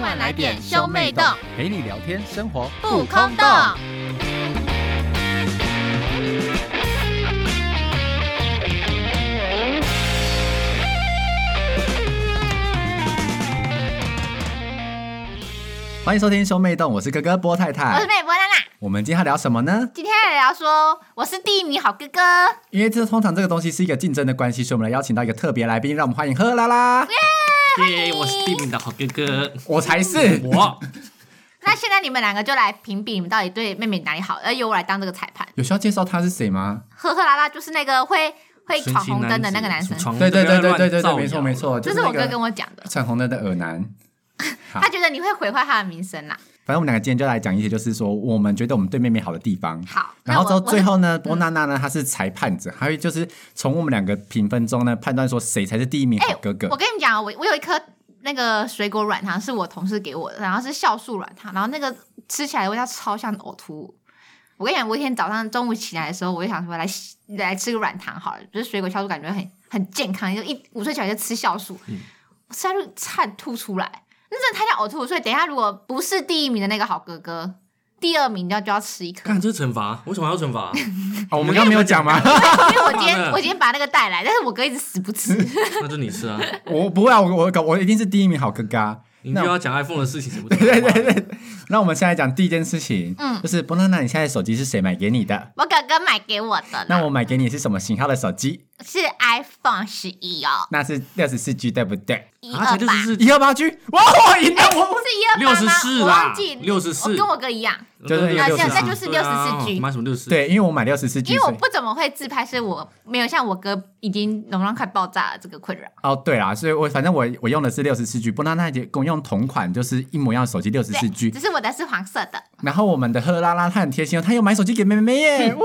快来点兄妹洞，陪你聊天，生活不空洞。欢迎收听兄妹洞，我是哥哥波太哎我是太。美博娜娜，我们今天要聊什么呢？今天来聊说我是第一名好哥哥，耶！因为这通常这个东西是一个竞争的关系，所以我们来邀请到一个特别来宾，让我们欢迎赫拉拉。耶我是地名的好哥哥，我才是，我那现在你们两个就来评比你们到底对妹妹哪里好，而由我来当这个裁判。有需要介绍他是谁吗？赫赫拉拉就是那个会会纯闯情红灯的男那个子男生，闯对对对对对对乱对，造谣没错没错，这就是是我那哥跟个我讲的。陈红灯的耳男。好他觉得你会毁坏他的名声啦。反正我们两个今天就来讲一些，就是说我们觉得我们对妹妹好的地方。好，然后那到我最，后呢，波娜娜呢，她是裁判者，还有就是从我们两个评分中呢，判断说谁才是第一名我好哥哥哎，我。跟你们讲，我我有一颗那个水果软糖是我同事给我的，然后是酵素软糖，然后那个吃起来味道超像呕吐物。我跟你讲，我一天早上中午起来的时候，我就想说来洗来吃个软糖好了，就是水果酵素感觉很很健康，就一午睡起来就吃酵素，嗯我吃下去差点吐出来，那真的太像呕吐物。所以等一下如果不是第一名的那个好哥哥，第二名要就要吃 一颗。看这是惩罚，为什么要惩罚？哦，我们刚刚没有讲吗？因为我今干嘛天呢我今天把那个带来，但是我哥一直死不 吃。那就你 吃啊，我不会啊，我我我一定是第一名好哥哥啊。你那就我要讲 iPhone 的事情，什 么？对对对对，那我们现在讲第一件事情，嗯就是波娜娜，你现在手机是谁买给你的？我哥哥买给我的啦，那我买给你是什么型号的手机？是 iPhone 十一哦，那是六十四 G 对不对？一而二且八，啊就是一二八 G，哇，我赢了，我是一二八吗？ 64我啦忘记64我跟我哥一样，就是那个对啊64对啊就是64 G 买什么六十？，对，因为我买六十四 G，因为我所以不怎么会自拍，所以我没有像我哥已经容量快爆炸了这个困扰。哦对啦，所以我反正我我用的是六十四 G，波娜娜姐跟我用同款，就是一模一样的手机六十四对， G，只是我的是黄色的，然后我们的赫拉拉她很贴心哦，她有买手机给妹妹耶，呜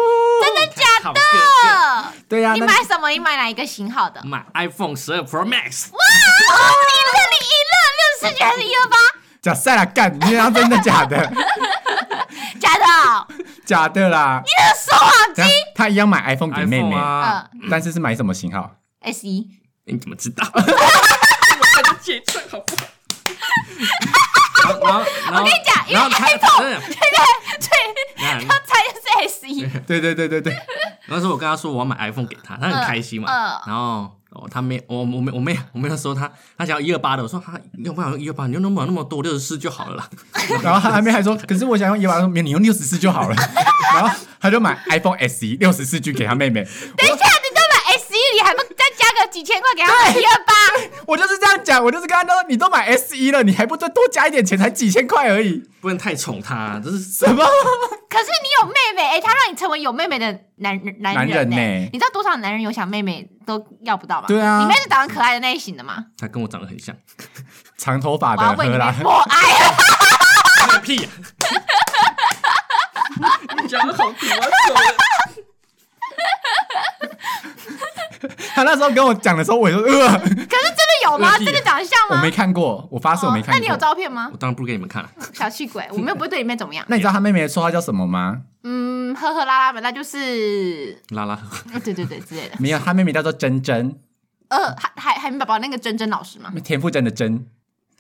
假的，呃，对呀、嗯你那买什么？你买哪一个型号的？哦买 iPhone 十二 Pro Max，你赢了，你赢了，六十四 G 还是一二八？假赛啦，干，你那真的 假的？假的哦，你假的啦，的手好等一下她一样买 iPhone 给妹妹 iPhone 啊，嗯 但是是买什么型号？ ，S E 一，你怎么知道？ 我跟你解释好不好？然后，然后，我跟你讲因为然后他 嗯哎 iPhone- 真的对对对，然后刚才就是 S E 一。对对对对对，那时候我跟他说我要买 iPhone 给他，他很开心嘛。嗯嗯然后哦，他没我我没我没我没有说他他想要一二八的，我说他要不要一二八？你就能买那么多六十四就好了啦。 然后他还没还说，可是我想用一百，说你用六十四就好了。 然后他就买 iPhone SE 六十四 G 给他妹妹。等一下，你都买 S 一，你还不再加个几千块给他买一二八？我就是这样讲，我就是跟他说，你都买 SE 了，你还不多多加一点钱，才几千块而已。不能太宠他、啊这是什么？ 可是你有妹妹，哎、他让你成为有妹妹的男男男人人呢欸你知道多少男人有想妹妹都要不到吗？对啊你妹是长得可爱的那一型的吗？他跟我长得很像，长头发我 哎要的为你荷兰妹，默哀了。放屁呀、你讲的好毒啊！他那时候跟我讲的时候，我 就呃，可是真的有吗？恶意真的长得像我吗？哦没看过，我发誓我没看过。那你有照片吗我？当然不给你们看了、小气 鬼，我们又不会对你妹怎么样。那你知道他妹妹的绰号叫什么吗？嗯，呵呵啦啦嘛，那就是， 拉拉呵呵，嗯对对对之类的。没有，他妹妹叫做珍珍，呃，海海海绵宝宝那个珍珍老 师吗？田馥甄的甄，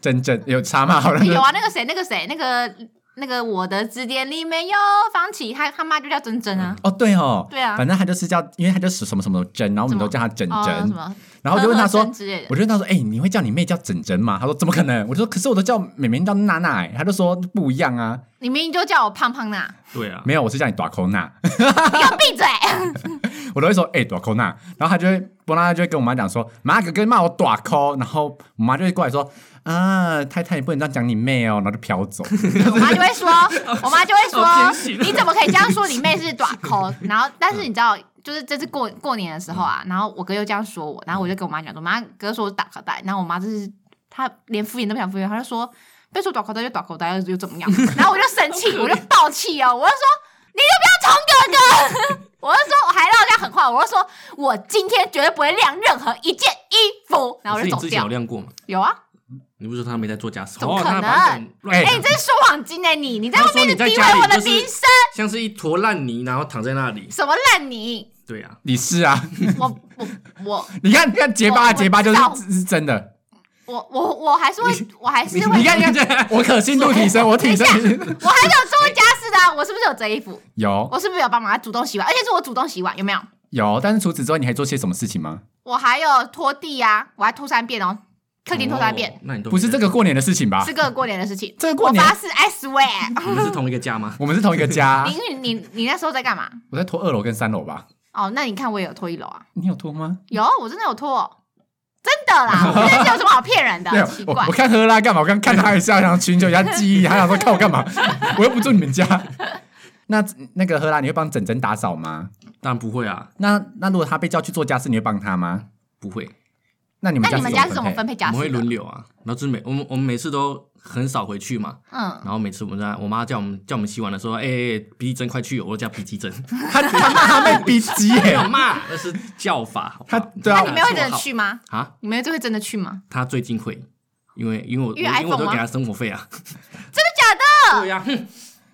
珍珍有差吗？好了，有啊，那个谁，那个谁，那个那个我的指点里没有放弃，他他妈就叫珍珍啊，哦，对哦，对啊反正他就是叫，因为他就是什么什么珍，然后我们什么都叫他珍哦什珍。么，然后我就问他 说呵呵珍之类的我就问他说：“哎、你会叫你妹叫整整吗？”他说：“怎么可能？”我就说：“可是我都叫妹妹叫娜娜、欸。”他就说：“不一样啊，你明明就叫我胖胖娜，对啊，没有，我是叫你短口娜。你给我闭嘴！我都会说：“哎、欸，短口娜。”然后他就会，波拉就会跟我妈讲说：“妈，哥哥骂我短口。”然后我妈就会过来说：“啊，太太，你不能这样讲你妹哦。”然后就 飘走。我妈就会 说，我妈就会好说清，醒你怎么可以这样说你妹是短抠？然后，但是你知嗯道，就是这次过过年的时候啊，然后我哥又这样说我，然后我就跟我妈讲说，妈哥说我打口袋，然后我妈就是她连敷衍都不想敷衍，她就说被说短口袋就短口袋又又怎么样？然后我就生 气，我就暴气哦，我就说你就不要宠哥哥，我就说我还撂下狠话，我就说我今天绝对不会晾任何一件衣服，然后我可是就你走之前有掉。亮过吗？有啊，你不是说他没在做家事？怎么哦可能他把你乱哎哎、讲你这是说谎精哎、你你在他后说面你一直在诋家毁里我的就是名声。像是一坨烂泥，然后躺在那里。什么烂泥？对啊，你是啊？我我我你看，你看结巴，我结巴就我知道是是真的。我我我还是会，我还是会，你看，你我看， 我可信度提升，我提等升一还是有做家事的啊，我是不是有折衣服？ 有我是不是有帮忙主动洗碗？而且是我主动洗碗，有没有？有，但是除此之外，你还做些什么事情吗？我还有拖地啊，我还拖三遍哦，客厅拖三遍，哦，那你都不是这个过年的事情吧是？个过年的事情。啊这个过年我发誓，I swear。，你们是同一个家吗？我们是同一个家 你你你你那时候在干嘛？我在拖二楼跟三楼吧？哦，那你看我也有拖一楼啊，你有拖吗？有，我真的有拖，真的啦，我真的是有什么好骗人 没的？有啊奇，我怪我，看赫拉干嘛？我刚看他一下，想寻求一下记忆，还想说看我 干嘛？我又不住你们家。那那个赫拉，你会帮整整打扫吗？当然不会啊，那那如果他被叫去做家事，你会帮他吗？不会，那你们那家你们家是是怎怎么么分分配？配家我们会事轮的？流啊。然后就是每我们我们每次都很少回去嘛，嗯，然后每次我们在我妈叫我们叫我们洗碗的时候，哎、鼻涕针快去哦，我叫鼻涕针，他他妈他被逼急 没 耶有！骂，那是叫法。好不好他对啊那你们会真的去吗？啊？你们就会真的去吗？他最近会，因为因为我因为我因为我 iPhone 都吗给他生活 费啊，真的假的？对呀、哼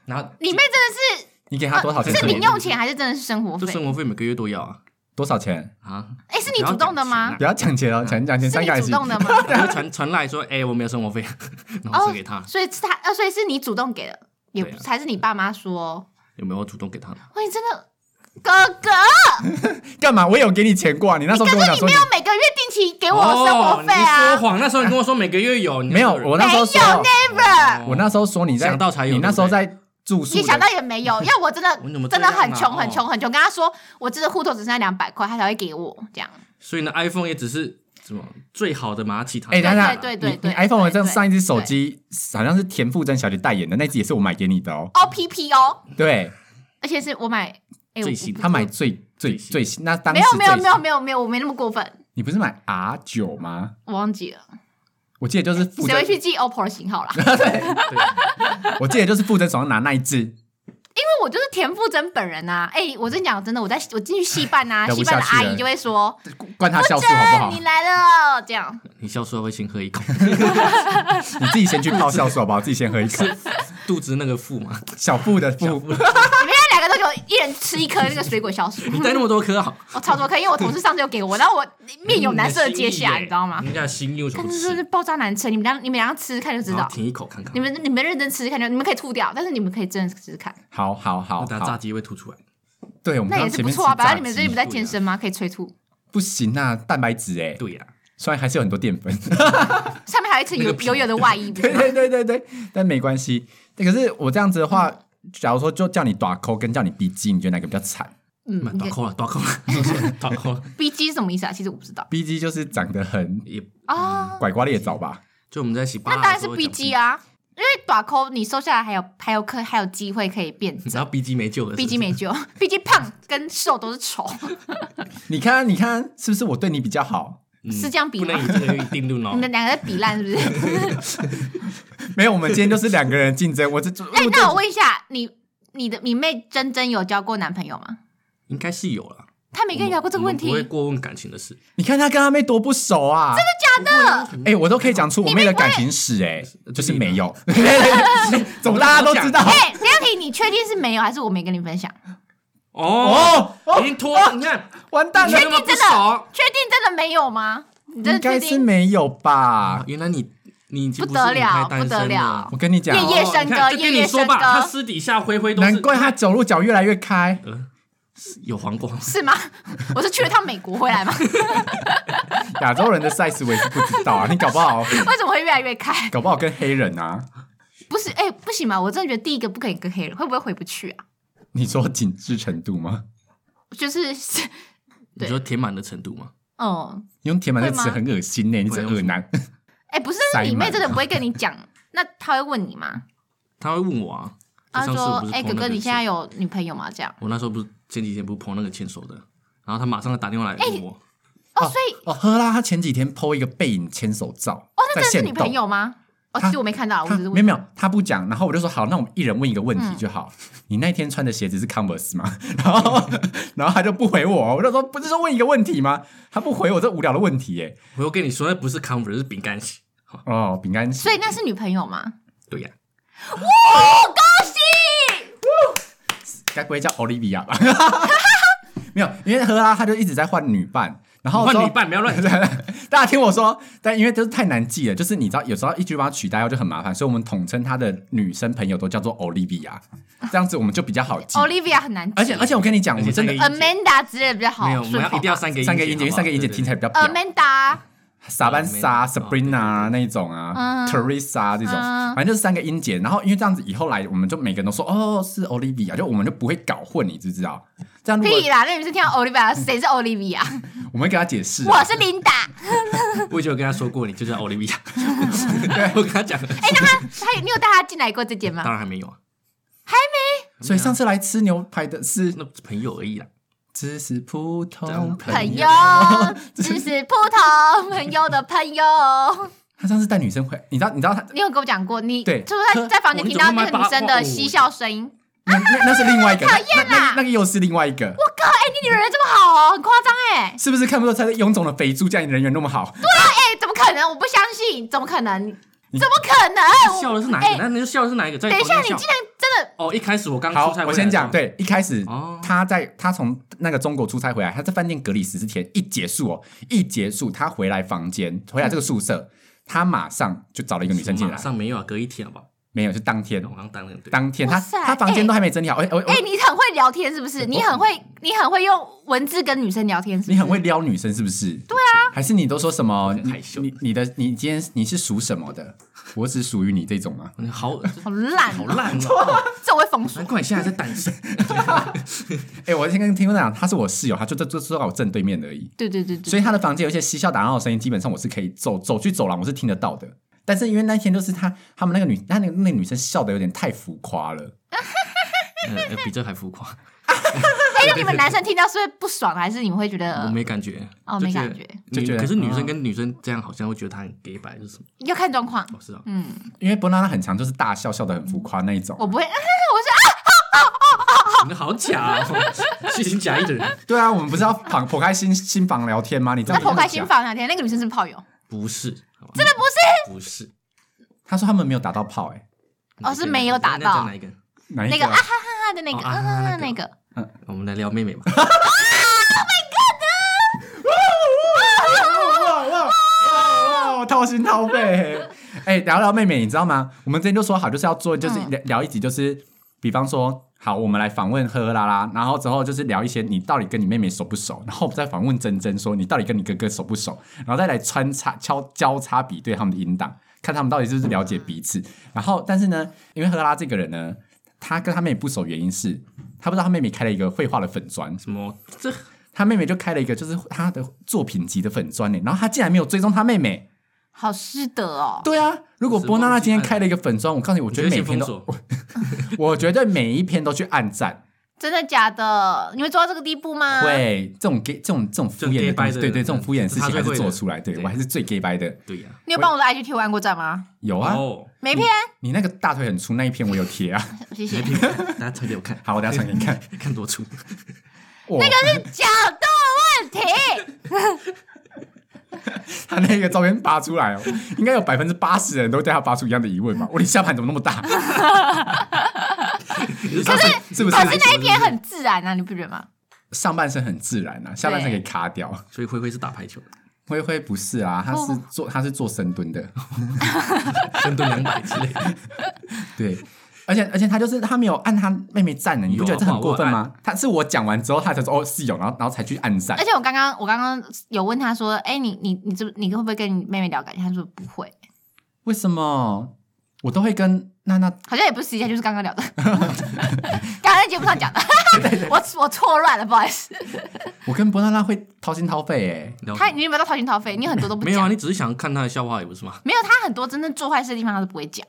然后你妹真的是你给他多少钱？是零用钱还是真的是生活这费？生活费每个月都要啊多少钱？啊！哎，是你主动的吗？不要抢钱哦，抢抢钱是三你个还主行。动的吗？他就传传来说，哎、我没有生活费， 然后哦是给他，所以是他，呃，所以是你主动给的，也对啊不还是你爸妈说？有没有主动给他？喂，你真的，哥哥，干嘛？我有给你钱过啊，你那时候可跟我是讲你说没有每个月定期给我生活费哦你啊说？谎，那时候你跟我说每个哦月有，你没有，那时候我那时没候有说， ，never，我那时候说你在想到才有你那时候在住宿你的，想到也没有，因为我真的我怎么这真样的啊很穷，哦很穷，很穷。跟他说我这个户头只剩下两百块，他才会给我这样。所以呢，iPhone 也只是什么最好的嘛，其他哎，等一下，对对对你对你 iPhone 这对对上一只手机好像是田馥甄小姐代言的，那只也是我买给你的哦。 O P P 哦，对而且是我买，哎，我最新他买最最最新最新，那当没时有没有最没有没有没有，我没那么过分，你不是买 R 九吗？我忘记了，我记得就是馥谁会去甄，记 OPPO 的型 号啦？因我记得就是馥甄手上拿那一只，为我就是田馥甄本人啊。哎，我真讲真的，我在我进去戏办啊，聊不戏下办的去了阿姨就会说关他酵素好不馥好 甄你？来了这样。你笑出来会先喝一口，你自己先去泡酵素好不好？自己先喝一 口。肚子那个腹嘛，小馥的馥，你们要两个都给我一人吃一颗那个水果消 暑，你带那么多颗好，我超多颗，因为我同事上次有给我，然后我面有难色的接下， 你知道吗？人家心又想但不是就吃是，爆炸难吃，你们俩你们俩吃吃看就知然道后。舔一口看看哦你，们你们认真吃吃看就，你们可以吐掉，但是你们可以真的吃吃看，好好好那等下炸好，鸡会吐出来。对，我们那刚也刚是前不面吃错啊。反炸正你们最近不鸡在健身吗？可以催吐，不行啊，蛋白质哎，对呀、虽然还是有很多淀粉，上面还有一层那油个皮油油的外衣，不是对 吗 对对对对，但没关系。可是我这样子的话，假如说就叫你打扣跟叫你逼鸡，你觉得哪个比较惨？嗯，那你打可以扣了，打扣 了，打扣了。 B G 是什么意思啊？其实我不知道逼鸡就是长得很也啊。拐瓜裂枣吧？就我们在洗巴那拉当然的是时候会 B 讲 G 啊，因为短扣你瘦下来还有还有可还有机会可以变 BG，然后 B G 没救了 B G 是哦不是没救，B G 胖跟瘦都是丑，你看，啊你看，是不是我对你比较好？是这样比嗯不吗能？以这个一定论你哦。们两个在比烂是不 哎是？没有，我们今天就是两个人竞争。我这 哎、哎那我问一下，你你的你妹真真有交过男朋友吗？应该是有了。她没跟你聊过这个问我题们不，会过问感情的事。你看他跟他妹多不熟啊！真的假的？哎、我都可以讲出我妹的感情史、哎，就是没有， 怎么大家都 知道？哎、梁婷，你确定是没有，还是我没跟你分享？哦，哦，哦已经拖了，你看，完蛋你了看确那么定不真的熟？确定真的没有吗？你真的确应该是定？没有吧啊？原来你你已经不是得母了胎单不得身了我跟你讲，夜夜笙歌哦你看就跟夜夜你说笙吧，歌他私底下灰灰都是呃难怪他走路脚越来越开。有黄瓜。是吗？我是去了趟美国回 来吗？亚洲人的 size 我也是不知道啊，你搞不好 为什么会越来越开？搞不好跟黑人啊，不是，哎、不行嘛！我真的觉得第一个不可以跟黑人，会不会回不去啊？你说紧致程度吗？就是，是你对说填满的程度吗？嗯，你用填满这个词很恶心呢、你这恶男。哎、不是，但是你塞满妹真的不会跟你讲，那她会问你吗？他会问我啊。她就上次我说不：“是哎、碰哥那哥，个你事现在有女朋友吗？”这样。我那时候不是前几天不是碰那个牵手的，然后他马上打电话来欸问我，哦，所以哦，赫拉他前几天 PO 一个背影牵手照，哦，那在真的是线女朋友吗？哦，她其实我没看到，我他只是没有问。没有，他不讲，然后我就说好，那我们一人问一个问题就好。嗯你那天穿的鞋子是 Converse 吗？然后 然后他就不回我，我就说不是说问一个问题吗？他不回我这无聊的问题耶、我又跟你说那不是 convert 是饼干鞋。哦，饼干所以那是女朋友吗？对呀，该不会叫 Olivia 吧？ 没有，因为赫拉他就一直在换女伴，然后换说女伴不要乱对， 大家听我说，但因为就是太难记了，就是你知道有时候一句把它取代掉就很麻烦，所以我们统称她的女生朋友都叫做 Olivia，这样子我们就比较好记。哦 Olivia 很难记，而且而且我跟你讲，我们真的而且这个 Amanda 之类的比较好没有，我们顺要口一定要吧。三个音节，三个音节，因为好不好三个音节听起来比较表。哦 Amanda 傻班莎、哦 Sabrina 啊那一种啊嗯，Teresa 这种，嗯反正就是三个音节。然后因为这样子，以后来我们就每个人都说哦是 Olivia，就我们就不会搞混，你知不知道？这样如果屁啦，那你们是听到 Olivia，谁是 Olivia？我们会给他解释啊， 我是琳达。我就有跟他说过，你就叫奥 利维亚。对，我跟他讲，哎，那他他你有带他进来过这间吗当？然还没有啊，所以上次来吃牛排的是那朋友而已啦。只是普通朋朋友友。，啊只是普通朋友 的朋友。他上次带女生回，你知道你知道他你有跟我讲过，你对就是在在房间我听到你那个女生怎么买八卦的嬉笑声音。那那那是另外一个，讨那厌啊那啦那那个又是另外一个，我靠，哎，你女人这么好哦，很夸张哎。是不是看不出他的臃肿的肥猪，家里人缘那么好？哎，怎么可能？我不相信，怎么可能？你怎么可能？笑的是哪哎一个？那你就笑的是哪一个？在等一下，房你间竟笑然真的哦，一开始我刚好出差，回来我的时候先讲，，对，一开始哦他在他从那个中国出差回来，他在饭店隔离十四天，一结束哦，一结束他回来房间，回来这个宿舍，他马上就找了一个女生进来马，上没有啊，隔一天好不好？没有，就当天我，刚当那个对，当天他哇塞他房间都还没整理好，哎哎哎、哎，你很会聊天是不是？你很会，你很会用文字跟女生聊天是不是？你很会撩女生是不是？对啊，还是你都说什么？很害羞你你你的你今天你是属什么的？我只属于你这种吗？嗯好好烂、好哦， 烂哦，这我会封 锁难。怪你现在在单身。哎、我先跟听众讲，他是我室友，他就就就坐在我正对面而已。对对对对，所以他的房间有一些嬉笑打闹的声音，基本上我是可以走走去走廊，我是听得到的。但是因为那天就是他他们那个女，他那个那个女生笑的有点太浮夸了，呃，呃比这还浮夸，哎、那你们男生听到是会不爽，还是你们会觉我得没感觉，哦就没感得觉嗯女就觉得可是女生跟女生这样好像会觉得她很 gay 白，就是什么？要看状况？哦，是啊，嗯，因为波娜娜很常就是大笑笑的很浮夸那一种。我不会，你好假哦，虚情假意的人， 对啊，我们不是要旁 剖开心心房聊天吗？你这那样剖开心心。房那天，那个女生是炮友， 不是，真的不是，不是，他说他们没有打到炮、欸，哎，哦是没有打到那叫哪一个？哪一那个啊哈哈哈的那个，哦嗯、啊哈哈啊、那那个个，我们来聊妹妹吧。 哇哇哇哇！掏心掏肺。哎、聊聊妹妹，你知道吗？我们之前就说好，就是要做，就是嗯聊聊一集，就是比方说，好，我们来访问呵呵啦啦，然后之后就是聊一些你到底跟你妹妹熟不熟，然后我们再访问珍珍说你到底跟你哥哥熟不熟，然后再来穿插交交叉比对他们的音档，看他们到底是不是了解彼此。然后，但是呢，因为赫拉这个人呢，他跟他妹妹不熟，原因是他不知道他妹妹开了一个绘画的粉砖，什么？这他妹妹就开了一个就是他的作品集的粉砖呢，然后他竟然没有追踪他妹妹。好失德哦。对啊，如果是波娜娜忘记今天按开了一个粉砖，我告诉你，我我觉得每先篇封都，锁， 我觉得每一篇都去暗赞，真的假的？你会做到这个地步吗？会这种 gay 这种这种敷衍的东西，这种 gay bye 的对对，这种敷衍的事情他还最会的是做出来，对对我还是最 gay 白的。对呀，你有帮我的 IG 贴完过站吗？有啊，哦，没骗，你那个大腿很粗那一篇我有贴啊，谢谢。大家传给我看，好，我等一下传给 你看。看多粗。哇，那个角度问题，他那个照片扒出来哦，应该有百分之八十人都对他发出一样的疑问吧？我的下盘怎么那么大？可是是不是可是那一篇很自然啊，你不觉得吗？上半身很自然啊，下半身给卡掉。所以灰灰是打排球的，灰灰不是啊，他是哦做他是做深蹲的。深蹲两百之类 的。对，而且而且他就是他没有按他妹妹赞呢，你不有啊觉得这很过分我吗？他是我讲完之后，他才说哦是有，然后然后才去按赞而。且我刚刚我刚刚有问他说，哎、你你你这你会不会跟你妹妹聊感情？他说不会，为什么我都会跟娜娜？好像也不是私下，就是刚刚聊的，刚刚在节目上讲的， 我我错乱了，不好意思。我跟伯娜娜会掏心掏肺哎、聊他你有没有到掏心掏肺？你很多都不没有啊？讲，你只是想看他的笑话也不是吗？没有他很多真正做坏事的地方他都不会讲。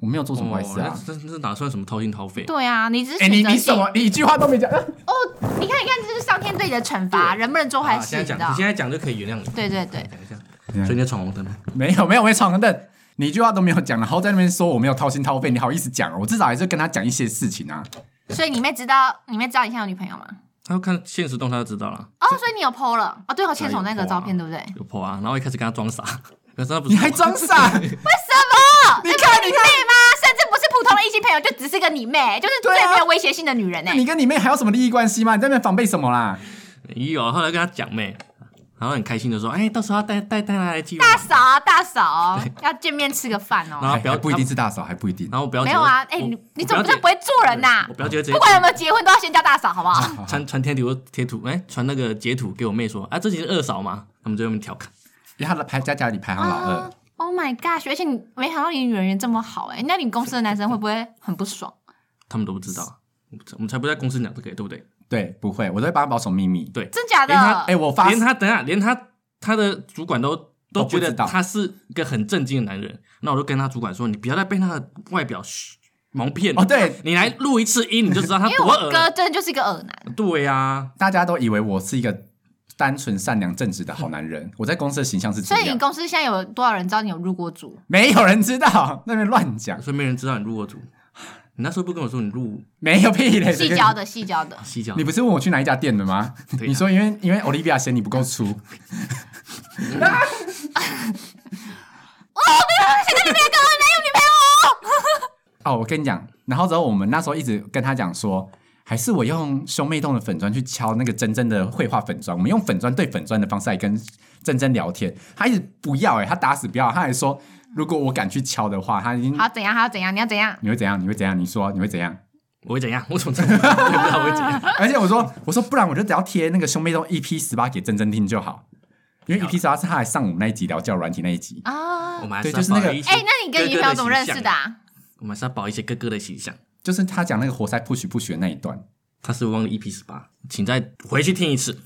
我没有做什么坏事啊哦。那这这哪算什么掏心掏肺？对啊，你只是哎、选择你性。你什么？你一句话都没讲， 啊哦，你看你看，这是上天对你的惩罚，人不能做坏啊，事，现在你知讲，道你？现在讲就可以原谅你。对对对，讲一下，嗯所以你在闯红灯吗？没有没有没有闯红灯，你一句话都没有讲，然后在那边说我没有掏心掏肺，你好意思讲哦？我至少还是跟他讲一些事情啊。所以你妹知道你妹知道你现在有女朋友吗？他要看现实动态就知道了，哦，所以你有 PO 了哦，对哦，牵手那有 po 个啊照片对不对？为有破啊，然后一开始跟他装傻，可是他不是你还装傻？ 什么？你那不看是你你妹吗？甚至不是普通的异性朋友，就只是个你妹，就是对啊最没有威胁性的女人呢、啊你跟你妹还有什么利益关系吗？你在那边防备什么啦？没有，后来跟他讲妹，然后很开心的说，哎，到时候要带带带他来基隆，大嫂大嫂要见面吃个饭然哦。后还表哎还不一定是大嫂，还不一定。然后我表姐没有啊，哎，我你你我怎么表这姐么不会做人呐？我嗯表姐直接不管有没有结婚，都要先叫大嫂，好不好？传传贴图贴图，哎，传那个截图给我妹说，啊，这集是二嫂嘛，他们就在那边调侃，因为他的排家家里排行老二啊，Oh my god！而且你没想到你女人缘这么好哎、那你公司的男生会不会很不爽？他们都不知道，我们才我们才不在公司讲这个，对不对？对，不会，我都会帮他保守秘密。对，真假的？连他哎，我发连他等一下，连他他的主管都都都不觉得知道他是一个很正经的男人。那我就跟他主管说：“你不要再被他的外表嘘蒙骗了哦，对，你来录一次音，你就知道他因为多我恶哥了。真的就是一个耳男，”对呀、大家都以为我是一个单纯、善良、正直的好男人，我在公司的形象是这嗯所以你样，公司现在有多少人知道你有入过主？没有人知道，那边乱讲，所以没人知道你入我组。你那时候不跟我说你啊入没有屁嘞。细胶的细胶 的，西角你，不是问我去哪一家店的吗？对啊你说因为因为 Olivia 嫌你不够粗，哦，我跟你讲，然后之后我们那时候一直跟他讲说，还是我用兄妹洞的粉砖去敲那个真真的绘画粉砖，我们用粉砖对粉砖的方式来跟真真聊天。他一直不要哎、他打死不要，他还说如果我敢去敲的话，他已经好怎样？还要怎样？你要怎样？你会怎样？你会怎样？你说你会怎样？我会怎样？我怎么知道？我 也不知道我会怎样。而且我说我说不然我就只要贴那个兄妹洞 EP 十八给真真听就好，因为 EP 十八是他来上我们那一集聊教软体那一集。啊我？们还对是就是要那个保一些哎、那你跟女朋友怎么认识哥哥的、形象？啊？我们还是要保一些哥哥的形象。就是他讲那个活塞 push push 的那一段，他是忘了 EP 十八，请再回去听一次。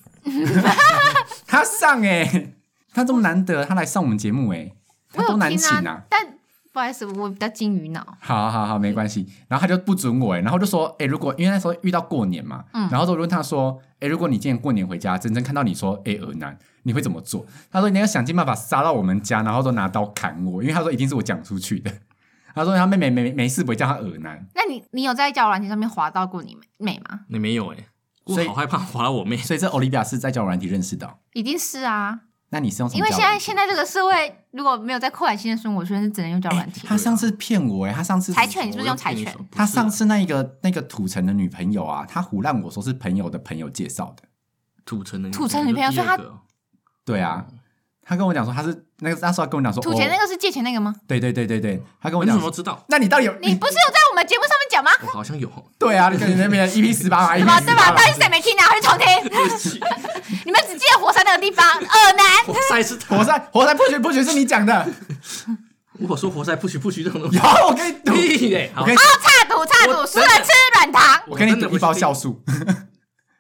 他上哎、他这么难得，他来上我们节目哎、我他多有难听请啊，但不好意思，我比较金鱼脑。好好好，没关系。然后他就不准我哎、然后就说哎、如果因为那时候遇到过年嘛，嗯然后就问他说哎、如果你今年过年回家，真真看到你说哎尔南，你会怎么做？他说你要想尽办法杀到我们家，然后都拿刀砍我，因为他说一定是我讲出去的。 他说他妹妹没没没事不会叫他尔南，那你你有在交友软件上面滑到过你妹妹吗？你没有哎、所我以好害怕划到我妹。所以这 Olivia 是在交友软体认识的哦。一定是啊，那你是用什么因为交现友软在体？现在这个社会，如果没有在扩展新的生活圈，是只能用交友软体。他上次骗我哎、他上次柴犬，你是不是用柴犬？他上次次那一个那个土城的女朋友啊，他胡乱我说是朋友的朋友介绍的。土城的土城女朋友就第二个对啊，嗯他跟我讲说他是那个那时候他跟我讲说土钱那哦、个是借钱那个吗？对对对对对，他跟我我你讲怎说，么知道？那你到底有你不是有在我们节目上面讲吗？我好像有，对啊，你跟你那边 EP 十八嘛，对 EP 吧？ 18对吧？到底谁没听啊？回去重听。对不起，你们只记得火山那个地方，二男。活塞是他活。塞活塞破局破局是你讲 的，我说活塞不许不许这种东西有， 我跟你赌，屁啊嘞！好我跟你哦，差赌差我赌，输真了的吃软糖。我跟你真的赌不一包信酵素，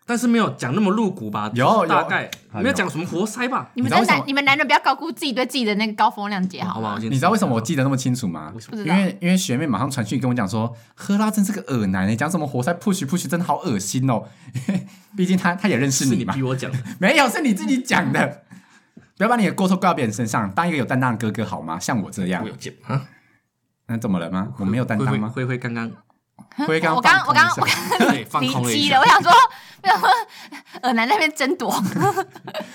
但是没有讲那么露骨吧？有有大概啊没有有讲什么活塞吧？你们你知道真为什么男，你们男人不要高估自己对自己的那个高风亮节，好好吗？吧，我先你知道为什么我记得那么清楚吗？不知因道，为因为学妹马上传讯跟我讲说，赫拉真是个恶男，欸你讲什么活塞 push push 真的好恶心哦。 毕竟他他也认识是你你嘛逼，我讲的，没有是你自己讲的，不要把你的过错怪到别人身上，当一个有担当的哥哥好吗？像我这样我，有见啊？那怎么了吗？ 我没有担灰当灰吗？灰灰刚 刚灰刚我刚放我空一刚下我对放刚空了离一机了，下我。想说，没有二男那边争 夺，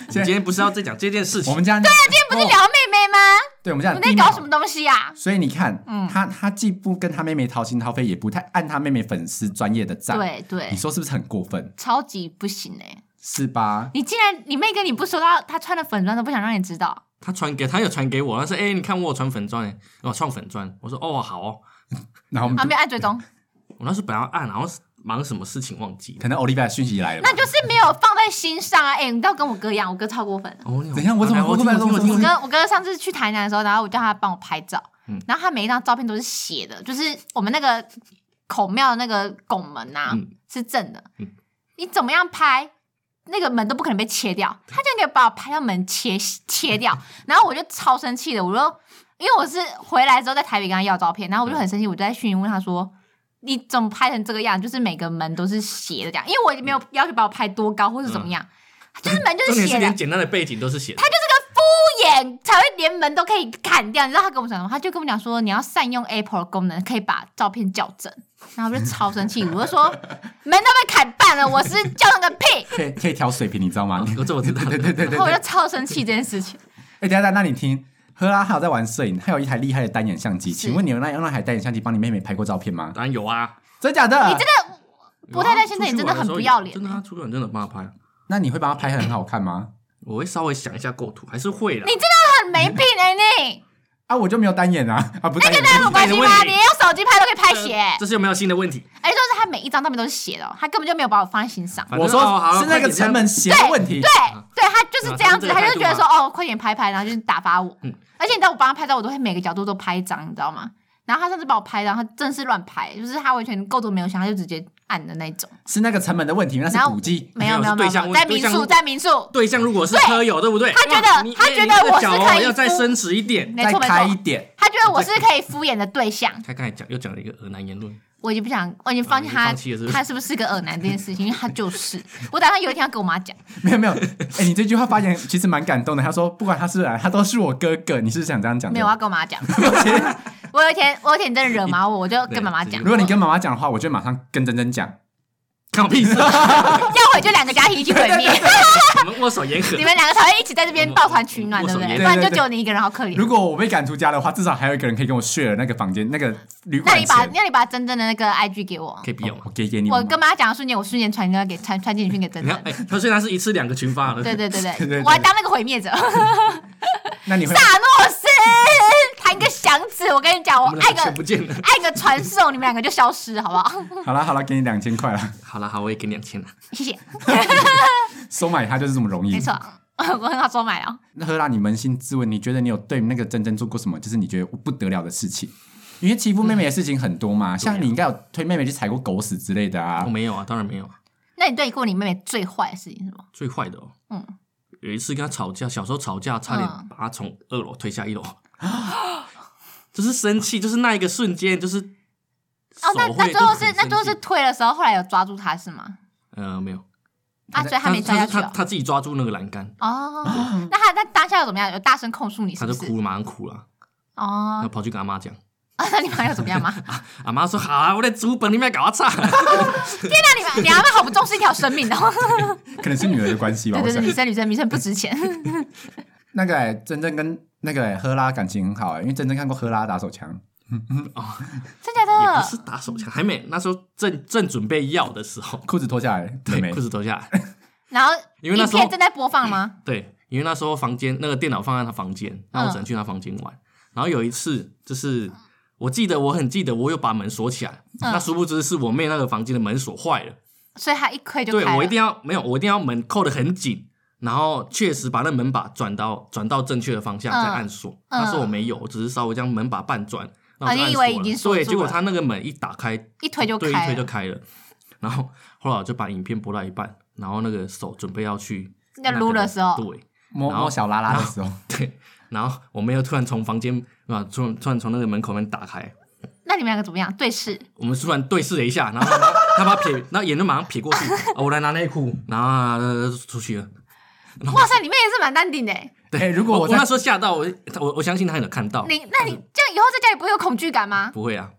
你今天不是要再讲这件事我情？们家对啊，今不是聊妹妹吗？对，我哦们家你很在低搞调什么东西啊呀？所以你看，嗯他他既不跟他妹妹掏心掏肺，也不太按他妹妹粉丝专业的赞，对对你，说是不是很过分？超级不行哎！是吧？你竟然你妹跟你不说到，她穿的粉妆都不想让你知道。他传给他有传给我，他说：“哎，你看我有传粉砖，哎，我创粉砖。”我说：“哦，好哦。然后我们啊，就没有按追嗯踪，我那时候本来要按，然后忙什么事情忘记了。可能 Olivia 讯息来了吧，那就是没有放在心上啊！哎、你都跟我哥一样，我哥超过分。哦，你好等一下我怎么来我我怎么听我听我听我我怎么听哥，我哥上次去台南的时候，然后我叫他帮我拍照，嗯然后他每一张照片都是斜的，就是我们那个孔庙那个拱门呐、嗯是正的，嗯你怎么样拍？那个门都不可能被切掉，他竟然给我把我拍到门切切掉， 然后我就超生气的，我就因为我是回来之后在台北跟他要照片，然后嗯我就很生气，我就在讯息问他说：“你怎么拍成这个样？就是每个门都是斜的这样，因为我也没有要求把我拍多高或是怎么样，就是门就嗯重是点斜是的。”连简单的背景都是写的。眼才会连门都可以砍掉。你知道他跟我讲什么？他就跟我讲说，你要善用 Apple 的功能，可以把照片校正。然后我就超生气，我就说门都被砍半了，我是校正个屁！可以可以挑水平，你知道哦吗？啊我这我知道，对对对对然后我对。就超生气这件事情。 哎，等一下，那你听，赫拉还有在玩摄影，他有一台厉害的单眼相机，是请问你有那用那台单眼相机帮你妹妹拍过照片吗？当然有啊。真假的？你这个不太在现在，也你真的很不要脸欸真。的啊，出去玩真的帮他拍。那你会帮她拍很好看吗？我会稍微想一下构图，还是会啦。你很没品哎、你！啊，我就没有单眼啊，啊，不是单眼，那有关系你问吗？题你用手机拍都可以拍呃鞋、这是有没有新的问题？而且就是他每一张照片都是斜的哦、他根本就没有把我放在心上。反正我说哦好了是那个成本斜的问题。对对，他就是这样子，啊他反正就这个态度觉得说哦，快点拍拍，然后就是打发我。嗯而且你知道我帮他拍照，我都会每个角度都拍一张，你知道吗？然后他上次把我拍到，他真的是乱拍，就是他完全构图没有想，他就直接按的那种。是那个成本的问题，那是然后古迹。没有没有没有是没对有，象在对民象宿在民宿，对象如果是对车友，对不对？他觉得哇你他你觉得你这个我是脚哦可以要再敷伸直一点。没再错没开一错，点， 他觉得我是可以敷衍的对象。他刚才讲又讲了一个俄男言论，我已经不想，我已经放弃啊他，你放弃了是不是他是不是个恶男这件事情，因为他就是。我打算有一天要跟我妈讲，没有没有。哎，你这句话发言其实蛮感动的。他说，不管他是来，他都是我哥哥。你是想这样讲的？没有，啊我要跟我妈讲。 我有一天，我有一天真的惹毛我，我就跟妈妈对讲。如果你跟妈妈讲的话，我就会马上跟珍珍讲。看我屁事！ 要回就两个家庭一起毁灭，我们握手言 和你。们两个才会一起在这边抱团取暖，对不对？握手不言然就只有你一个人，好可怜如。果我被赶出家的话，至少还有一个人可以跟我 share 那个房间、那个旅那馆你把钱。那你把真正的那个 IG 给我，可以不用啊 哦吗？我给给你。我跟妈讲的瞬间，我瞬间传个给 传传简讯给真你看，真。哎，他虽然是一次两个群发了，对对对对对对，对我还当那个毁灭 者，萨那你会诺斯弹个响指，我跟你讲，我 我们按两个个全不见了。按个传送，你们两个就消失，好不 好？好啦好啦，给你两千块啦，好了，好，我也给两千了。谢谢，收买他就是这么容易。没错， 我很好收买哦了。那赫拉，你扪心自问，你觉得你有对那个珍珍做过什么，就是你觉得不得了的事情？因为欺负妹妹的事情很多嘛，啊像你应该有推妹妹去踩过狗屎之类的啊我。没有啊，当然没有啊。那你对过你妹妹最坏的事情是什么？最坏的哦，嗯，有一次跟他吵架，小时候吵架差嗯点把他从二楼推下一楼， 就是生气，就是那一个瞬间，就是哦手，那那会最后就是很那生最后气是推的时候，后来有抓住她是吗？呃没有，啊，所以她他没摔下他去他哦。他自己抓住那个栏杆， 哦，那他在当下又怎么样？有大声控诉你是他不？就是哭，马上哭了，然后哦， 跑去跟阿妈讲，啊，那你妈又怎么样吗？ 天阿妈说好啊，我在主本里面搞啊 差，哪，你妈你阿妈好不重视一条生 命哦。可能是女儿的关系对吧。我 对想对，女生女生女生不值钱。 那个、欸、珍珍跟那个、欸、赫拉感情很好、欸，因为珍珍看过赫拉打手枪。真假也不的是？打手枪，还没那时候正正准备要的时候，裤子脱下来，妹对，妹裤子脱下来，然后因为那影时候片正在播放 吗？对，因为那时候房间那个电脑放在他房间，那嗯我只能去他房间玩。然后有一次，就是我记得我很记得，我有把门锁起来，嗯那殊不知是我妹那个房间的门锁坏了。所以她一推就对开我一了。定要没有，我一定要门扣的很紧，然后确实把那门把转到转到正确的方向再嗯按锁。嗯那时候我没有，我只是稍微将门把半转，然啊后就你按以锁为已了经锁对，住结果了他那个门一打开，一推就对，一开推就了开了。然后后来我就把影片播到一半，然后那个手准备要去要那撸个的时候对。摸然后摸小拉拉的时候，对，然后我们又突然从房间啊，突然突然从那个门口门打开，那你们两个怎么样？对视？我们突然对视了一下，然后他把他把撇，然后眼就马上撇过去，啊、我来拿内裤，然后、呃、出去了。哇塞，你妹也是蛮淡定的欸。对、 如果我我我在那时候吓到我，我我相信他有看到，欸你那你这样以后在家里不会有恐惧感吗？不会啊，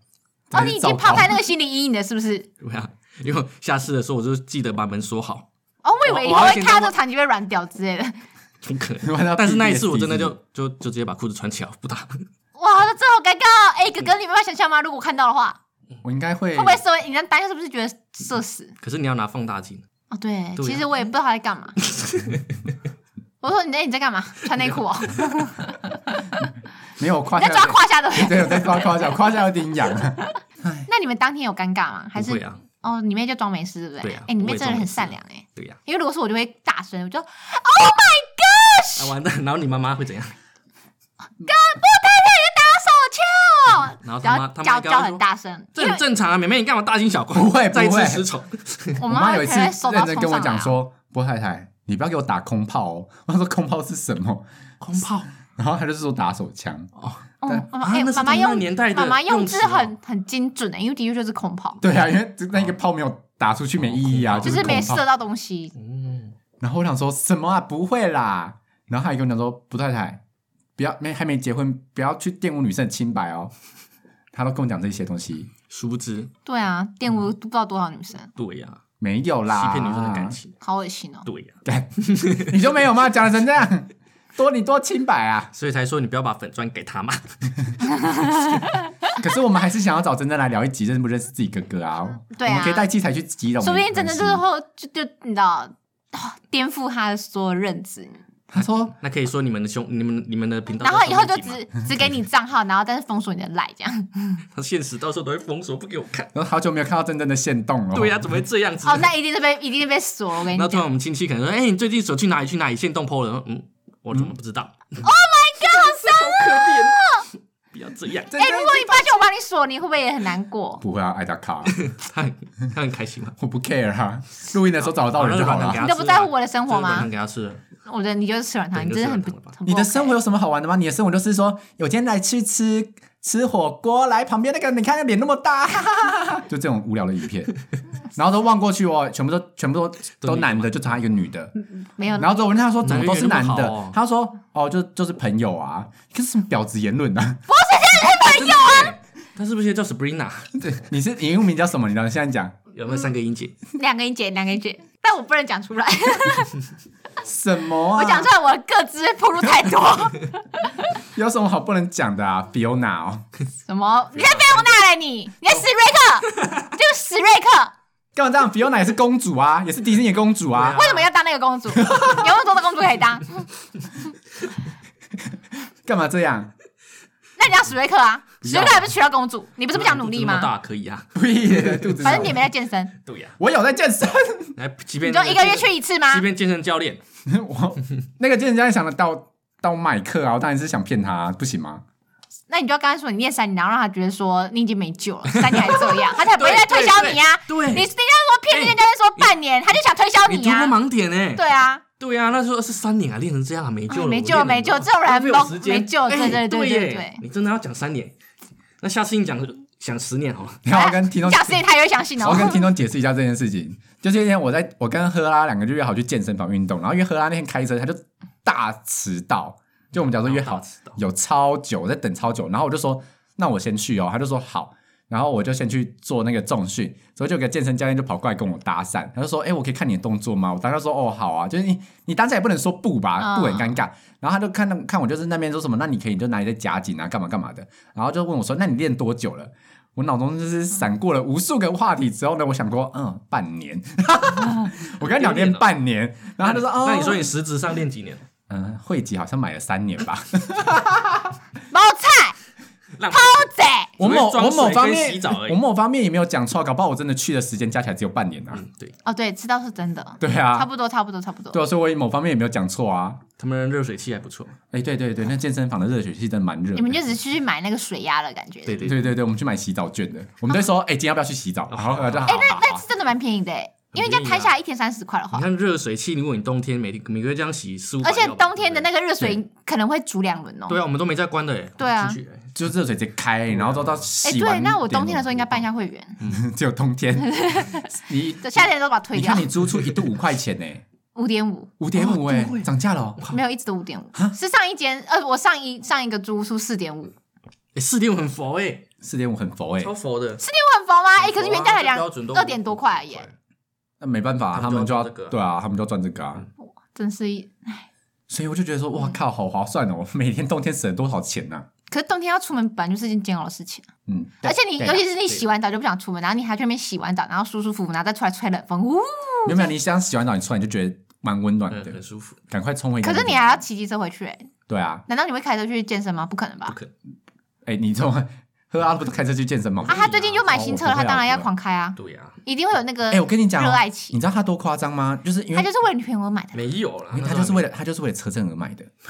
哦，真是你已糟经糕抛开 那个心理阴影了，是不是？不会啊，因为下次的时候我就记得把门锁好，哦，我以为以我后我会要先看当到这场景会软屌之类的。不可玩到能。但是那一次 PTSD 我真的是就就就直接把裤子穿起来不打，哇，这好尴尬！哎、哥哥，嗯你没办法想象吗？如果看到的话，我应该会会哎不会社会？你那当下是不是觉得社死？可是你要拿放大镜，哦，对，对啊其实我也不知道他在干 嘛。我说你哎你在干嘛？穿内裤哦，没有 胯你在下抓胯下对不对？啊对，我在抓胯下，胯下有点痒。那你们当天有尴尬吗？还不是会、啊，哦，你妹就装没事对不对？对啊哎、你妹我也真的装很没事啊善良哎、对呀、因为如果是我就会大声，我就啊完蛋，然后你妈妈会怎样？打手枪，然后哦他然妈后他叫妈刚叫刚很说大声，这因为很正常啊，妹妹你干嘛大惊小怪？不会不再一次会失宠。 我我妈妈有一次可能会手到认真冲跟我上讲来啊，说：“波太太，你不要给我打空炮哦。” 我说：“空炮是什么空炮？”然后她就是说打手枪。哦，哦，妈妈啊哎，那是妈妈同样用年代的妈妈用用字词哦很很精准的、哎因为的确就是空炮。对啊，因为那个炮没有打出去没意义啊，哦就是是没射空炮。到东西。嗯，然后我想说什么啊？不会啦。然后她还跟我讲说：“波太太，不要没还没结婚，不要去玷污女生的清白哦。”她都跟我讲这些东西，殊不知，对啊，玷污嗯不知道多少女生，对呀、没有啦，欺骗女生的感。情，好恶心哦！对呀、对，你就没有吗？讲成这样，多你多清白啊！所以才说你不要把粉砖给他嘛。 可是我们还是想要找珍珍来聊一集认不认识自己哥哥啊？对啊我们可以带器材去吉隆，说不定真的没就关系是后就就你知道，啊颠覆他的所有认知。他说那可以说你们的兄、你们、你们的频道然叫后兄以妹后就集吗，只 只给你账号，然后但是封锁你的赖这样。他现实到时候都会封锁，不给我看。然后好久没有看到真正的线动了。对呀、啊怎么会这样 子？哦，那一定是被一定是被锁，我跟然你后突然讲。我们亲戚可能说：“哎、你最近手去哪里？去哪里？现动 PO 了。”嗯，我怎么不知道？Oh 啊 my god，好可怜！不要这样，哎、如果你发现我把你锁，你会不会也很难 过？不会啊，爱打卡，他很他很开心嘛。我不 care 啊。录音的时候找得到人就好好那就把了它给。他你都不在乎我的生活这个晚吗上？给他吃了，我觉得你啊就是吃软糖，对你真的很你不就吃软糖了吧很不你的 OK 生活有什么好玩的吗？你的生活就是说，我今天来去吃吃火锅，来旁边那个，你看那脸那么大， 哈哈哈哈就这种无聊的影 片，然后都望过去哦，全部都全部都都男的，就差一个女的。没有。然后之后我问他说怎么都是男男的，的缘那么好哦他说哦就就是朋友啊，这是什么婊子言论啊？ 他是不是现在叫 Sabrina？对，你是你英文名叫什么？你现在讲有没有三个音节？两个音节，两个音节，但我不能讲出 来，什么、啊？我讲出来我的个资暴露太 多。有什么好不能讲的啊？Fiona 哦，什么？你在被我哪来你？你在史瑞 克，就是史瑞克，干嘛这样？Fiona 也是公主啊，也是迪士尼的公主啊对啊，为什么要当那个公主？有那么多的公主可以当？干嘛这样？那你讲史瑞克啊？史瑞克还不是娶到公主？你不是不不想努力吗？大可以啊，屁耶，肚子。反正你也没在健身，对呀、我有在健身，来，即你便就一个月，去啊一次吗即？便健身教练， 我那个健身教练想得到到麦克啊，我当然是想骗他、不行吗？那你就要跟他说你念三年，然后让他觉得说你已经没救了，三年还这样，他才不会再推销你啊！对你你跟他对对说骗人家说半年，他就想推销你突破啊！盲点哎、对啊，对呀、那时候是三年啊，练成这样啊，没救哎了，没救我了练没救很多这种人浪费我都时间没救哎对对对对耶对对你真的要讲三年，那下次你讲讲十年哦好了，你看我跟听哎众你，讲事情他也会相信我跟 哦。听众解释一下这件事情。就是那天我在我跟赫拉两个就约好去健身房运动，然后因为赫拉那天开车，他就大迟到，就我们讲说约哦好大迟到有超久，在等超久，然后我就说那我先去哦，他就说好。然后我就先去做那个重训，所以就有个健身教练就跑过来跟我搭讪，他就说：“哎、我可以看你的动作吗？”我当时说：“哦，好啊。”就是你你当下也不能说不啊吧，嗯不很尴尬。然后他就看到看我就是那边说什么，那你可以你就哪里在夹紧啊，干嘛干嘛的。然后就问我说：“那你练多久了？”我脑中就是闪过了无数个话题之后呢，我想过，嗯，半年。啊 我跟他聊天半年，然后他就说：“哦，那你说你实质上练几年？嗯，汇集好像买了三年吧。”毛菜浪偷贼，我某只会我装水某方跟面洗澡而已我某方面也没有讲错，搞不好我真的去的时间加起来只有半年啊。嗯，对，哦，对，知道是真的， 对差啊，不多，差不多，差不多。对啊，所以我某方面也没有讲错啊。他们热水器还不错，哎，对对对，那健身房的热水器真的蛮热的。你们就只是去买那个水压了，感觉。对对对，对对对，我们去买洗澡券的，我们就说，哎，今天要不要去洗澡？哦好，呃好就好哎，。好那好那是真的蛮便宜的欸，因为这样摊下来一天三十块的你话，看热水器，如果你冬天每天每个月这样洗十五，而且冬天的那那个热水可能会煮两轮哦。对啊，我们都没在关的哎，对啊进去哎就热水直接开，然后到到哎，洗对，完那我冬天的时时候应该办一下会员，候 只有冬 天，你对，夏天都把它退你掉看，你租出一度五块钱呢，五点五。五点五哎，涨价了哦。没有，一直都五点五，啊是上一间，呃，我上一上一个租屋处四点五，哎，四点五很佛哎，四点五很佛哎，超佛的，啊很佛吗？哎、可是啊原价才两标准都二点多块而已，那没办法啊，他他们们就要就要赚这个啊对啊，他们就要赚这个啊。真是一。所以我就觉得说，嗯哇靠，好划算哦！每天冬天省了多少钱呢、啊可是冬天要出门本来就是一件煎熬的事情，啊嗯，对而且你对尤其是你洗完澡就不想出门，然后你还去那边洗完澡，然后舒舒服服，然后再出来吹冷风，呜！没有没有，你想洗完澡你出来你就觉得蛮温暖嗯，的很，舒服，赶快冲回家。可是你还要骑机车回去、哎，对啊，难道你会开车去健身吗？不可能不吧？可能，哎，你这种喝阿不是开车去健身吗？啊，他最近就买新车了，哦我不他会啊当然要我不会狂开啊，对呀，一定会有那个哎，我跟你讲哦，热爱期你知道他多夸张吗？就是因他为就是为了女朋友买的。没有啦，因为他就是为了他就是为了车震而买的，哎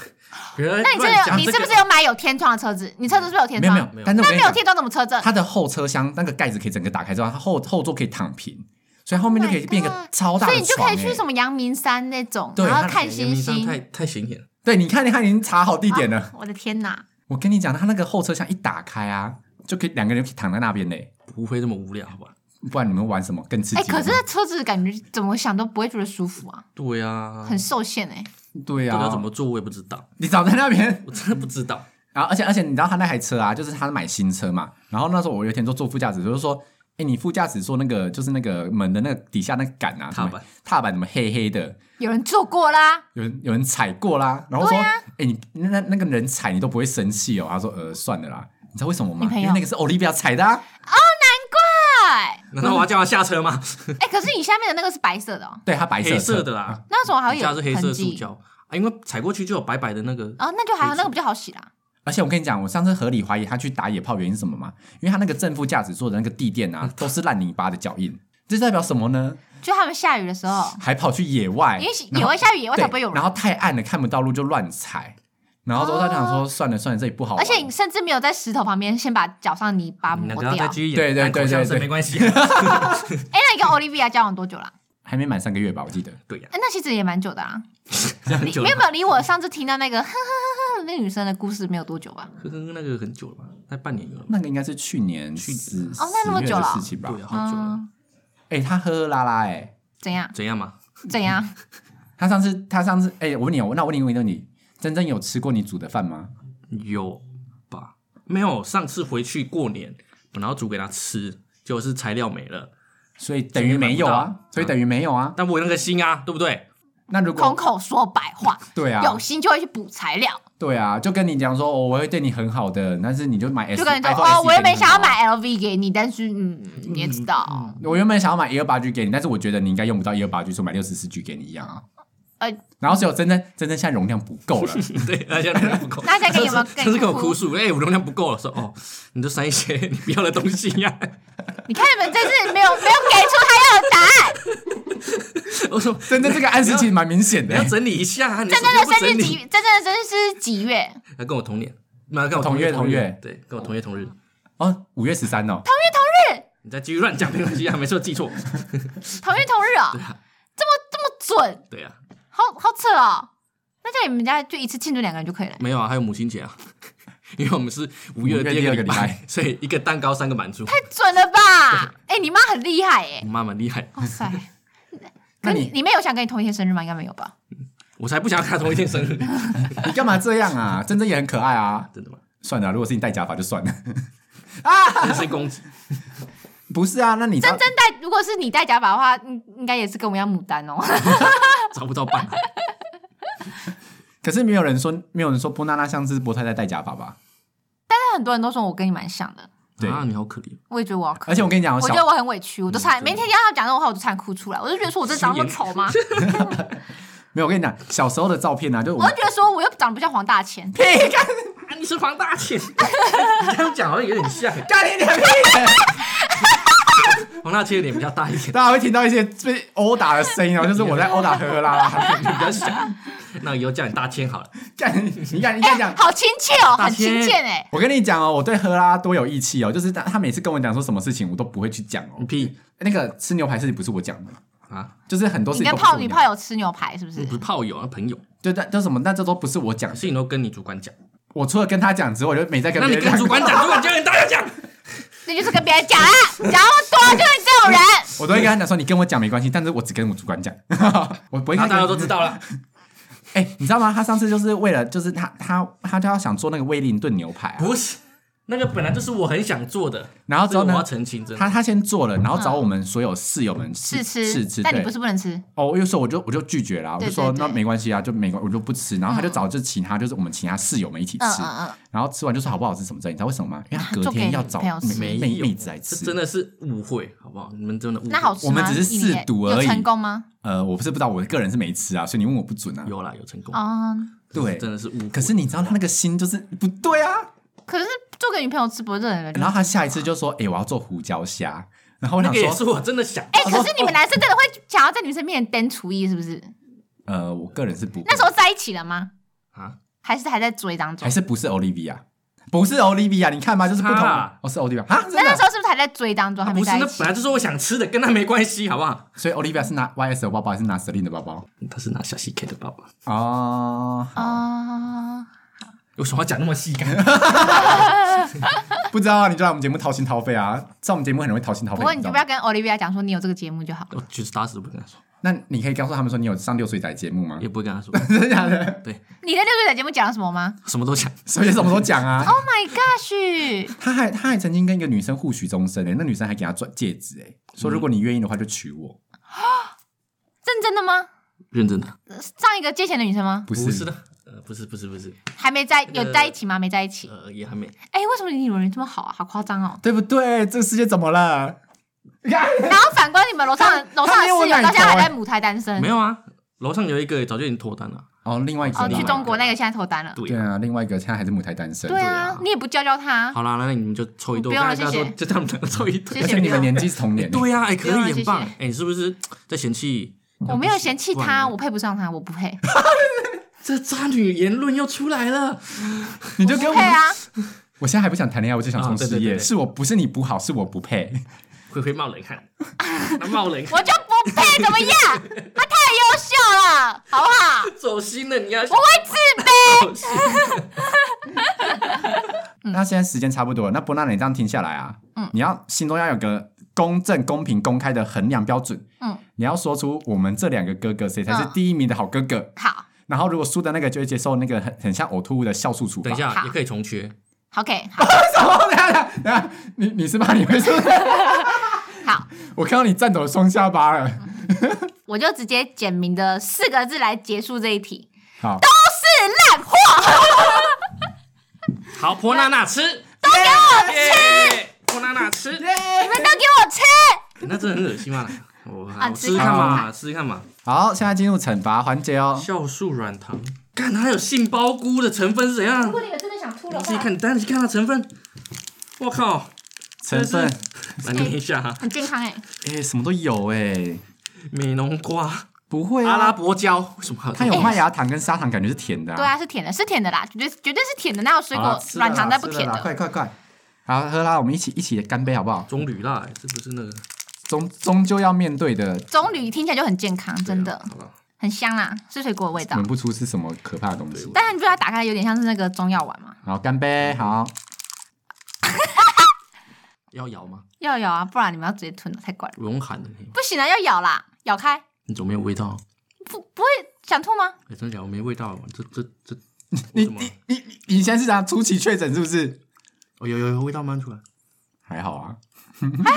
那那你真的有，你是不是有买有天窗的车子？你车子是不是有天没有窗？没有没有，但是我那跟没你有讲，天窗怎么车震？它的后车厢那个盖子可以整个打开之后，它后后座可以躺平，所以后面就可以 Oh my 变一个 God 超大所的床。以你就可以去哎什么阳明山那种，对然它后哎看星星。太太显眼了，对，你看你看，已经查好地点了啊。我的天哪！我跟你讲，他那个后车厢一打开啊，就可以两个人可以躺在那边嘞，不会这么无聊，好吧？不然你们玩什么更刺哎、激？可是那车子感觉怎么想都不会觉得舒服啊，对呀，嗯很受限哎、对到啊，底要怎么做我也不知道，你早在那边？ 我真的不知道。然后而且而且你知道他那台车啊，就是他买新车嘛，然后那时候我有一天坐坐副驾驶，就是说。哎，你副驾驶座那个就是那个门的那个底下那个杆啊，踏什板么踏板怎么黑黑的？有人坐过啦，有人有人踩过啦，然后说，哎、啊你那那那个人踩你都不会生气哦？他说，呃，算了啦，你知道为什么女吗？朋友因为那个是 Olivia 踩的、啊，哎难道我要叫他下车吗？哎、可是你下面的那个是白色的哦， 对，他白色黑色的车的啦，那为什么还会底下有是黑色痕塑迹？胶啊，啊，因为踩过去就有白白的那个，哦，那就还好，那个比较好洗啦。而且我跟你讲，我上次合理怀疑他去打野炮原因是什么吗？因为他那个正负价值做的那个地垫嗯啊，都是烂泥巴的脚印，这代表什么呢？就他们下雨的时候，还跑去野外，因为然野后外下雨，野外才对不会有人然。后太暗了看不到路就乱踩，然后之后他想说、算了算了，这里不好玩，哦而且你甚至没有在石头旁边先把脚上泥巴你磨两个要掉。再哎、继续演，对对但对口腔对声对没关系。 啊那你跟 Olivia 交往多久啦？还没满三个月吧，我记得。对呀哎、，那其实也蛮久的啊。这样你久没了有没有离我上次听到那个呵呵呵呵那个女生的故事没有多久吧？呵呵，那个很久了吧？那半年有了吧，那个应该是去年去十哦那那么十月久的了事情吧对？啊，好久了。嗯哎、他喝喝拉拉、哎，怎样怎样嘛？怎样？他上次他上次哎、我问你，我那我问你一个问题，真真有吃过你煮的饭吗？有吧？没有，上次回去过年，本来要煮给他吃，结果是材料没了，所以等于没有买不啊到，所以等于没有啊。但我有那个心啊，对不对？那如空果口说白话，对啊，有心就会去补材料，对啊，就跟你讲说、哦我会对你很好的，但是你就买 S，就跟人家 iPhone 哦， SE 我原本给你想要很好，买 LV 给你，但是嗯，你也知道，我原本想要买一二八 G 给你，但是我觉得你应该用不到一二八 G，所以买六十四 G 给你一样啊。呃然后只有真真真真现在容量不够 了， 对，那现在容量不够。那现在有没有上次上次跟我跟你哭哭诉，哎、我容量不够了，说哦，你就删一些 你不要的东西呀、你看你们这次没有没有给出他要的答案，我说真真这个暗示其实蛮明显你的、要整理一下、 啊，你真正手的机又不生整日理几，真正的生日是几月？同他跟我同年，没有跟我同月月同日月对，跟我同月同日。哦，五月十三哦，月同你再继续乱讲没关系啊，没错，记错。日，同月同日哦，这么这么准，对啊，好好扯哦。那这样你们家就一次庆祝两个人就可以了。没有啊，还有母亲节啊， 因为我们是五月的五月第二第二个礼个礼拜拜，所以一个蛋糕三个满足。准了吧？哎、你妈很厉害耶、你妈蛮厉害，哇 塞！那可你你你妹有想跟你同一天生日吗？应该没有吧？我才不想要跟他同一天生日。你干嘛这样啊？真真也很可爱啊。真的吗？算了啊，如果是你戴假发就算了。 人身攻击，不是啊，那你知道真真戴，如果是你戴假发的话，应应该也是跟我们一样牡丹 哦。找不到伴。啊可是没有人说，没有人说波娜娜像是波太太戴假发吧？但很多人都说我跟你蛮像的，对啊，你好可怜，我也觉得我好可而且我跟你讲，哦我觉小得我很委屈，我都差点嗯每天听到他讲这种话，我都差点哭出来。我就觉得说我这长那么丑 吗？没有，我跟你讲，小时候的照片啊，就我我们就觉得说我又长得不像黄大千，屁干啊，你是黄大千， 你这样讲好像有点像。干你娘屁眼！黄大千的脸比较大一点， 大家会听到一些被殴打的声音哦，就是我在殴打呵呵啦啦。 你不要想。那以后叫你大千好了。干你，你看，你哎、看讲。好亲切哦，大很千亲切哎、我跟你讲哦，我对赫拉多有义气哦，就是他他每次跟我讲说什么事情，我都不会去讲哦你。屁那个吃牛排事情不是我讲的，啊！就是很多事你情都跟不嗯是泡我女讲泡友吃牛排是不是你？不是炮友啊，朋友，就但就什么，那这都不是我讲的。事情都跟你主管讲。我除了跟他讲之外，我就没再跟那别你人跟主管讲，主管叫你大家讲。那就是跟别人讲 啊，讲那么多就是这种人。我都会跟他讲说，你跟我讲没关系，但是我只跟我主管讲， 我不会跟然后大家他都知道了，哎、你知道吗？他上次就是为了，就是他他他就要想做那个威灵顿牛排、啊，不是那个本来就是我很想做的，然后之这个后我呢要，澄清，真的他他先做了，然后找我们所有室友们试是吃，试吃，但你对不。是不能吃，哦，有时候我就我就拒绝啦，我就对说对对那没关系啊，就没关我就不吃。然后他就找就其他就是我们其他室友们一起嗯吃，嗯嗯，然后吃完就说好不好吃什么之类，你知道为什么吗？因为他隔做给天要女找朋友妹吃妹没有妹子来这吃，真的是误会，好不好？你们真的误会。那好吃吗我们只是试毒而已有成功吗？呃，我不是不知道，我个人是没吃啊，所以你问我不准啊。有啦，有成功，哦，对，真的是误会。可是你知道他那个心就是不对啊。可是做给女朋友吃不热人然后他下一次就说：“哎、我要做胡椒虾。”然后我那想个也说，是我真的想。哎、可是你们男生真的会想要在女生面前登厨艺，是不是？呃，我个人是不那时候在一起了吗？啊，还是还在追当中还？是不是 Olivia，不是 Olivia，你看吧，就是不同是他啦。哦，是 Olivia 啊，真那那时的。候是不是还在追当中，还啊没不是，在一那起本？来就是我想吃的，跟他没关系，好不好？所以 Olivia 是拿 YS 的包包，还是拿 Celine 的包包？他是拿小细 K 的包包。哦，哦，为什么要讲那么细 干？不知道啊，你就来我们节目掏心掏肺啊，在我们节目很容易掏心掏不肺。过你就知道不要吗跟 Olivia 讲说你有这个节目就好了。我就是打死都不跟他说，那你可以告诉他们说你有上六岁仔节目吗也？不会跟他说，真的假的？你在六岁仔节目讲了什么吗什么都讲。所以什么时候 讲啊？ ？Oh my gosh！他还他还曾经跟一个女生互许终身诶、欸那女生还给他钻戒指诶、欸说如果你愿意的话就娶我。认真的吗？认真的，上一个借钱的女生吗？不是不是的，呃，不是，不是，不是，还没在，有在一起吗？没在一起。呃，也还没。哎、为什么你女人这么好啊？好夸张哦！对不对？这个世界怎么 了？你看，然后反观你们楼上的他楼上的室友，他没有我奶头到现在还哎在母胎单身没。有啊，楼上有一个早就已经脱单了，哦，另外一个哦，另外去一中国个那个现在脱单了。对对啊，另外一个现在还是母胎单身，对啊啊，你也不教教他，好啦，那你们就抽一对，不用了我刚才谢跟谢他说就这样两个抽一谢啊 对而。且你们年纪是同年，欸对呀，哎，可不用了以，谢谢很棒。哎，你是不是在嫌弃？我没有嫌弃不然他，呢我配不上他，我不配，这渣女言论又出来了。 你就跟不我配 啊！我现在还不想谈恋爱，我就想冲啊对事对对业。对是我不是你不好，是我不配。会会冒冷汗， 那冒冷汗，我就不配，怎么样？他太优秀了，好不好？走心了，你要我会自卑。走心。那现在时间差不多了，那波娜你这样听下来啊，嗯，你要心中要有个公正、公平、公开的衡量标准，嗯，你要说出我们这两个哥哥谁才是嗯第一名的好哥哥。 好然后如果输的那个就会接受那个很很像呕吐物的酵素处罚。等一下好也可以重缺， ，OK，好， 什么？等一下，等一下，等一下你你是怕你会输？ 好，我看到你颤抖的双下巴了。我就直接简明的四个字来结束这一题，好，是烂货。好，婆娜娜吃，都给我吃，婆娜娜 吃，你们都给我吃！那真的很恶心嘛。我啊我吃试试看看嘛，看试试看嘛。好，现在进入惩罚环节哦。酵素软糖，看它有杏鲍菇的成分是怎样？你们真的想吐你自己看，你单去看它成分。我靠，成分真来念一下啊，很健康哎、哎、什么都有哎、美浓瓜、不会阿拉啊，伯椒，为什么还有这它种？有麦芽糖跟砂糖，感觉是甜的、啊。对啊，是甜的，是甜的啦，绝对绝对是甜的，哪有水好啦果吃了啦软糖再不吃了甜啦的？快快快！好，喝啦，我们一起一起干杯好不好？棕榈辣，哎这不是那个终终究要面对的，棕榈听起来就很健康，真的对啊好了，很香啦，是水果的味道闻。不出是什么可怕的东西。但是你不觉得它打开有点像是那个中药丸吗？好，干杯！好，要咬吗？要咬啊，不然你们要直接吞了，太怪了。不用喊的，不行啊，要咬啦，咬开你怎么没有味道？不不会想吐吗？哎，真的假的？我没味道，这这这，你我怎么你你你你现在是啥初期确诊是不是？哦有有有味道漫出来，还好啊，还好吗？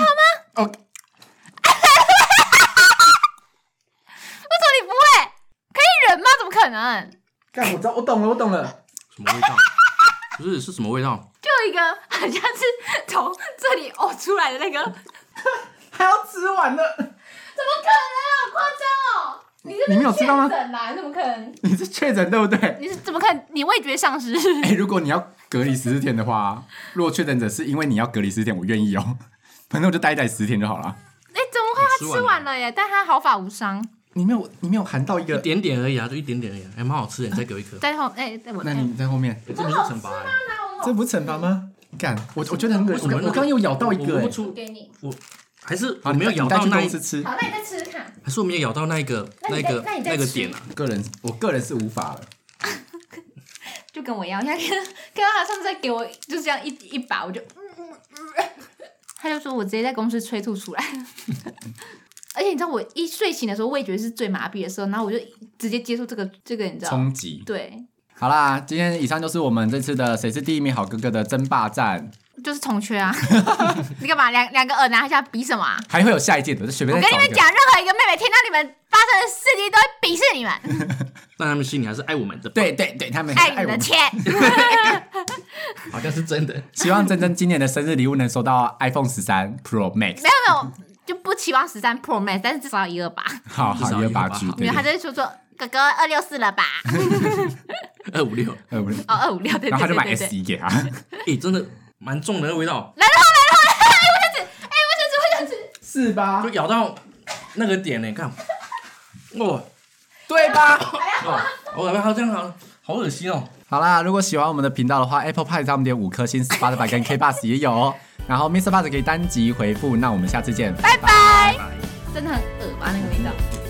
哦，为什么你不会？可以忍吗？怎么可能？看我知道，我懂了，我懂了。什么味道？不是是什么味道？就有一个很像是从这里呕出来的那个，怎么可能还要吃完了，啊？好夸张哦！你这你没有吃到吗确诊啦？怎么可能？你是确诊对不对？你是怎么可能？你味觉丧 失？哎、如果你要隔离十四天的话，如果确诊者是因为你要隔离十四天，我愿意哦。反正我就待一待十天就好了。哎、怎么会他吃完了耶？但他毫发无伤。你没有，你没有含到一一个，点点而已啊，就一点点而已啊，还蛮好吃的。你再给我一颗，在后，哎、在我那你在后面。哎这不是惩罚哎，这不是惩罚吗？干，我我觉得很恶为什心。么我刚刚有咬到一我个、我不欸，我出，给你。还是好我没有你带咬到你带那去公一司，吃。好，那你再吃吃看。还是我没有咬到那一个那那你一再个那你再那个吃点啊。个人，我个人是无法了。就跟我一样， 他看看到他上次在给我就这样一一把，我就，嗯 嗯嗯、他就说我直接在公司催吐出来。 而且你知道，我一睡醒的时候，味觉是最麻痹的时候，然后我就直接接触这个这个，你知道？冲击。对，好啦，今天以上就是我们这次的谁是第一名好哥哥的争霸战，就是重缺啊！ 你干嘛两两个耳拿下比什么、啊？还会有下一届的，我就随我跟便再你找一们个。讲，任何一个妹妹听到你们发生的事情，都会鄙视你 们，但他们心里还是爱我们的，对对对，他们爱爱你哎我们的们。钱。好像是真的。希望珍珍今年的生日礼物能收到 iPhone 十三 Pro Max 没。有没有，就不期望十三 Pro Max，但是至少要一二八。好好，至少一二八一二八 G。好因对为他对就会说说哥哥二六四了吧？二五六，呃不是哦，二五六， 对对对对对。然后他就买 S 一给他。哎，真的蛮重的那个味道，是吧就？咬到那个点呢，看，哇，对吧？哇，我感觉它这样哦好好恶心哦。好啦，如果喜欢我们的频道的话，Apple Pie 上面点五颗星，Spotify 跟 K Bus 也有哦。然后 Mr. Bus 可以单集回复，那我们下次见，拜拜。真的很恶吧那个味道。